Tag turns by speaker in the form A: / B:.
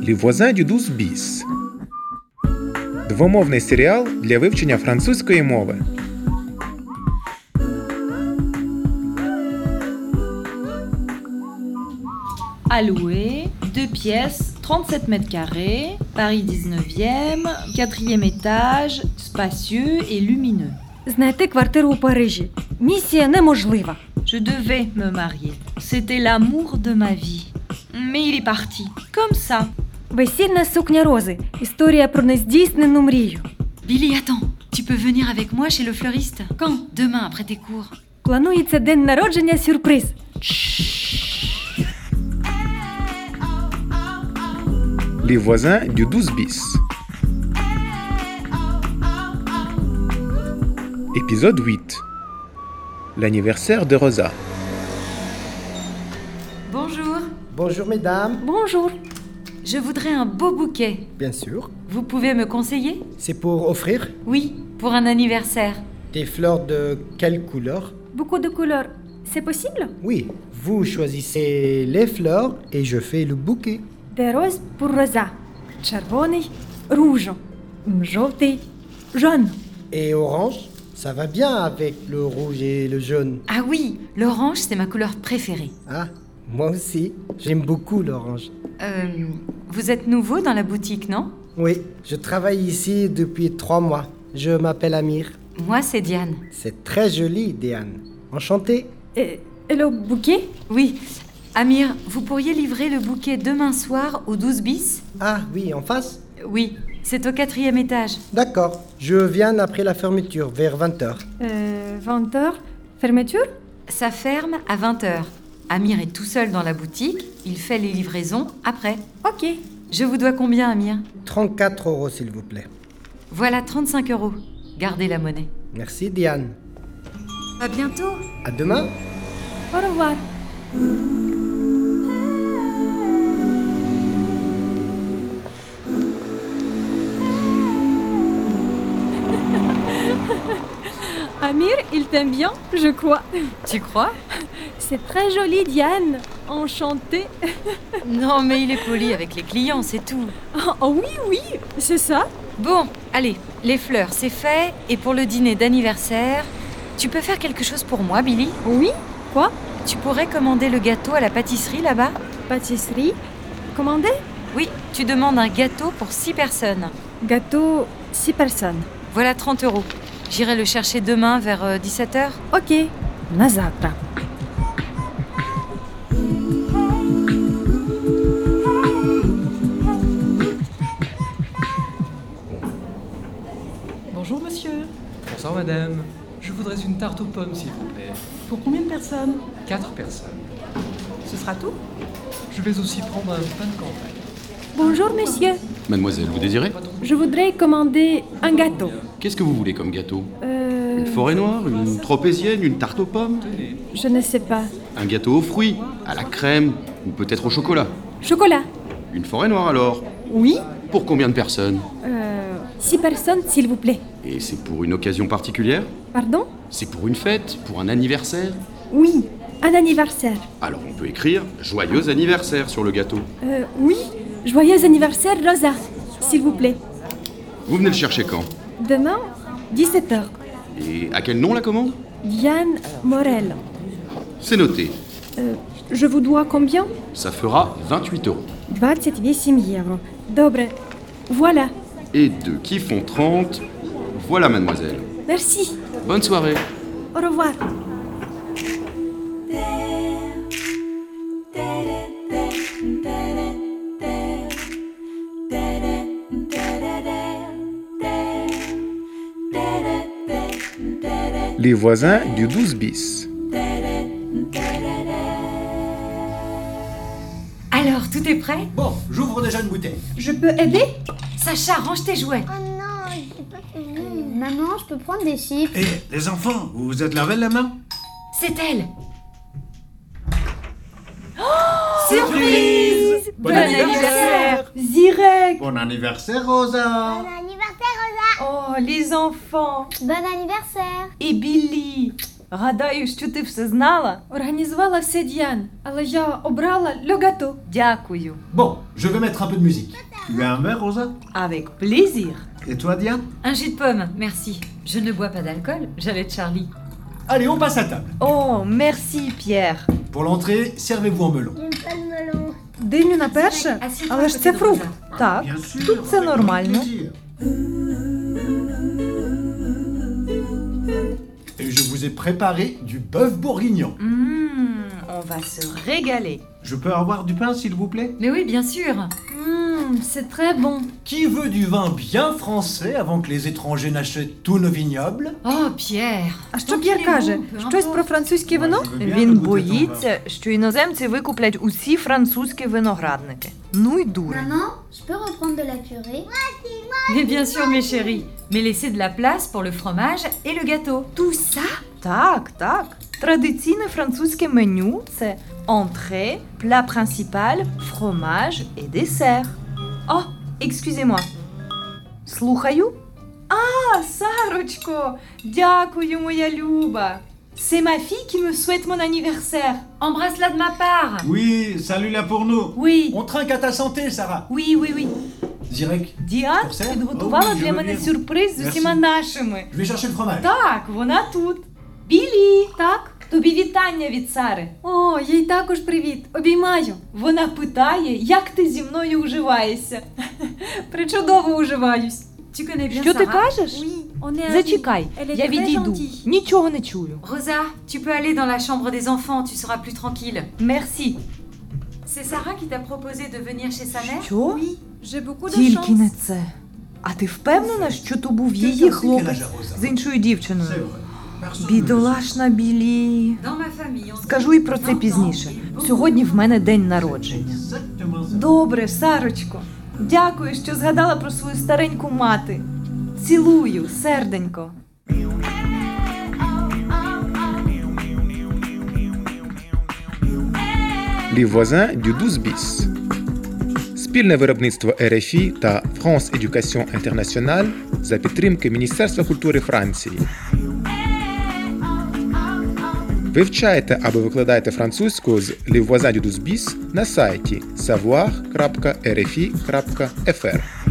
A: Les voisins du 12 bis. Двомовний серіал для вивчення французької мови.
B: Alloué, deux pièces, 37 mètres carrés, Paris 19e, quatrième étage, spacieux et lumineux.
C: Знайти квартиру у Парижі. Місія неможлива.
B: Je devais me marier. C'était l'amour de ma vie. Mais il est parti, comme ça.
C: Весільна сукня Рози. Історія про нездійснену мрію.
D: Billy, attends, tu peux venir avec moi chez le fleuriste Quand Demain après tes cours.
C: Планується день народження сюрприз.
A: Les voisins du 12 bis. Épisode 8. L'anniversaire de Rosa.
D: Bonjour,
E: Bonjour mesdames.
C: Бонжур.
D: je voudrais un beau bouquet.
E: Bien sûr.
D: Vous pouvez me conseiller
E: C'est pour offrir
D: Oui, pour un anniversaire.
E: des fleurs de quelle couleur
C: Буко де кольор. Це посібло?
E: Oui. Vous choisissez les fleurs et je fais le bouquet.
C: Де роз пурроза. Червоний ружо. М, Жовтий жан.
E: Et orange, ça va bien avec le rouge et le jaune.
D: Ah oui, l'orange, c'est ma couleur préférée.
E: Ah, moi aussi. J'aime beaucoup l'orange.
D: Euh, vous êtes nouveau dans la boutique, non
E: Oui, je travaille ici depuis trois mois. Je m'appelle Amir.
D: Moi, c'est Diane.
E: C'est très joli, Diane. Enchanté.
C: Е, Ело буке?
D: Oui, Amir, vous pourriez livrer le bouquet demain soir au 12 bis
E: Ah oui, en face
D: Oui, c'est au quatrième étage.
E: D'accord. Je viens après la fermeture, vers 20h.
C: Е, Вантер. Ферметюр?
D: Ça ferme à 20h. Amir est tout seul dans la boutique, il fait les livraisons après.
C: Окей.
D: Je vous dois combien, Amir
E: 34 euros, s'il vous plaît.
D: Voilà 35 euros. Gardez la monnaie.
E: Merci, Diane.
D: À bientôt
E: À demain
C: Оровар. Amir, il t'aime bien, je crois.
D: Tu crois
C: C'est très joli, Diane. Enchantée.
D: Non, mais il est poli avec les clients, c'est tout.
C: Oh oui, oui, c'est ça.
D: Bon, allez, les fleurs, c'est fait. Et pour le dîner d'anniversaire, tu peux faire quelque chose pour moi, Billy
C: Oui, quoi
D: Tu pourrais commander le gâteau à la pâtisserie là-bas
C: Pâtisserie. Commandez
D: Oui, tu demandes un gâteau pour 6 personnes.
C: Gâteau, 6 personnes.
D: Voilà 30 euros. J'irai le chercher demain vers euh, 17h.
C: Ok. На завтра.
F: Bonjour monsieur,
G: Bonsoir madame, je voudrais une tarte aux pommes s'il vous plaît.
F: pour combien de personnes
G: Quatre personnes.
F: Ce sera tout
G: Je vais aussi prendre un pain de campagne.
C: Bonjour, monsieur.
H: Mademoiselle, vous désirez
C: Je voudrais commander un gâteau.
H: Qu'est-ce que vous voulez comme gâteau
C: Euh,
H: Une forêt noire, une tropézienne, une tarte aux pommes
C: je ne sais pas.
H: Un gâteau aux fruits, à la crème ou peut-être au chocolat
C: Chocolat.
H: Une forêt noire alors
C: Oui.
H: Pour combien de personnes
C: Euh, six personnes, s'il vous plaît.
H: Et c'est pour une occasion particulière
C: Pardon
H: C'est pour une fête Pour un anniversaire
C: Oui. Un anniversaire.
H: Alors on peut écrire joyeux anniversaire sur le gâteau.
C: Euh, oui. Joyeux anniversaire, Rosa. S'il vous plaît.
H: Vous venez le chercher quand
C: Demain, 17h.
H: Et à quel nom la commande
C: Diane Morel.
H: C'est noté.
C: Euh, je vous dois combien
H: Ça fera 28 euros.
C: 28 euros. Dobre. Voilà.
H: Et deux qui font 30. Voilà mademoiselle.
C: Merci.
H: Bonne soirée.
C: Au revoir.
A: Les voisins du 12 bis.
D: Alors, tout est prêt
I: Bon, j'ouvre déjà une bouteille.
C: Je peux aider
D: Sacha, range tes jouets.
J: Oh non, j'ai pas fini. Maman, je peux prendre des chips
I: Hé, les enfants, vous vous êtes lavé la main
D: C'est elle
I: Surprise
D: Bon anniversaire
B: Zirek
I: Bon anniversaire, Rosa
J: Bon anniversaire, Rosa
B: Oh, les enfants
J: Bon anniversaire
B: Et Billy Гадаю, що ти все знала.
C: Організувала все Діан, але я обрала le gâteau.
B: Дякую.
I: Bon, je vais mettre un peu de musique. Tu as un verre, Rosa
B: Avec plaisir.
I: Et toi, Diane
D: Un jus de pomme, merci. Je ne bois pas d'alcool, j'allais de Charlie.
I: Allez, on passe à table.
B: Oh, merci Pierre.
I: Pour l'entrée, servez-vous en melon.
J: J'aime pas le melon.
B: Дивіться перше, але ж це фрукт. Так,
I: Bien sûr.
B: Tout ça
I: avec grand
B: normal, non
I: plaisir. Et je vous ai préparé du bœuf bourguignon.
B: Mmh, on va se régaler.
I: Je peux avoir du pain, s'il vous plaît
D: Mais oui, bien sûr. Hum,
C: Mmm, c'est très bon.
I: Qui veut du vin bien français avant que les étrangers n'achètent tous nos vignobles
D: Oh, Pierre.
B: А що П'єр каже? Щось про французьке вино?
I: Moi, je veux bien
B: Він
I: goûter ton vin.
B: боїться, що іноземці викуплять усі французькі виноградники. Ну й дурень.
J: Maman, je peux reprendre de la purée
D: Mais bien sûr, mes chéris. Mais laissez de la place pour le fromage et le gâteau. Tout ça
B: Так, так. Традиційне французьке меню це entrée, plat principal, fromage et dessert. О, excusez-moi. Ah, Слухаю. А, Сарочко, дякую, моя Люба. C'est ma fille qui me souhaite mon anniversaire.
D: Embrasse-la de ma part.
I: Oui, salut là pour nous.
B: Oui,
I: On trinque à ta santé, Sarah.
B: oui, oui, oui.
I: Zirek,
B: Діан
I: Все?
B: підготувала
I: О,
B: для
I: Юлія.
B: мене сюрприз з
I: Merci.
B: усіма нашими.
I: je vais chercher le fromage.
B: Так, вона тут. Білі, так? Тобі вітання від Сари.
C: О, їй також привіт. Обіймаю.
B: Вона питає, як ти зі мною уживаєшся.
C: Причудово уживаюсь.
D: Tu connais bien
B: Що ти
D: Sarah
B: кажеш?
C: On est
B: Зачекай,
C: amis. Elle est
B: я
C: très
B: відійду.
C: gentille.
B: Нічого не чую.
D: Rosa, tu peux aller dans la chambre des enfants, tu seras plus tranquille.
B: Мерсі.
D: C'est Sarah qui t'a proposé de venir chez sa mère
B: Що?
C: J'ai beaucoup de chance.
B: Тільки не це. А ти впевнена, що то був її хлопець з іншою
I: C'est
B: дівчиною?
I: vrai. Personne ne le
B: Бідолашна білі.
D: Dans ma famille, on se
B: Скажу і про це пізніше. Сьогодні в мене день народження.
I: sait. Exactement ça.
B: Добре, Сарочко. Дякую, що згадала про свою стареньку мати. Цілую, серденько.
A: Les voisins du 12 bis. Спільне виробництво РФІ та France Education International за підтримки Міністерства культури Франції. Вивчайте або викладайте французьку з Les voisins du 12 bis на сайті savoir.rfi.fr.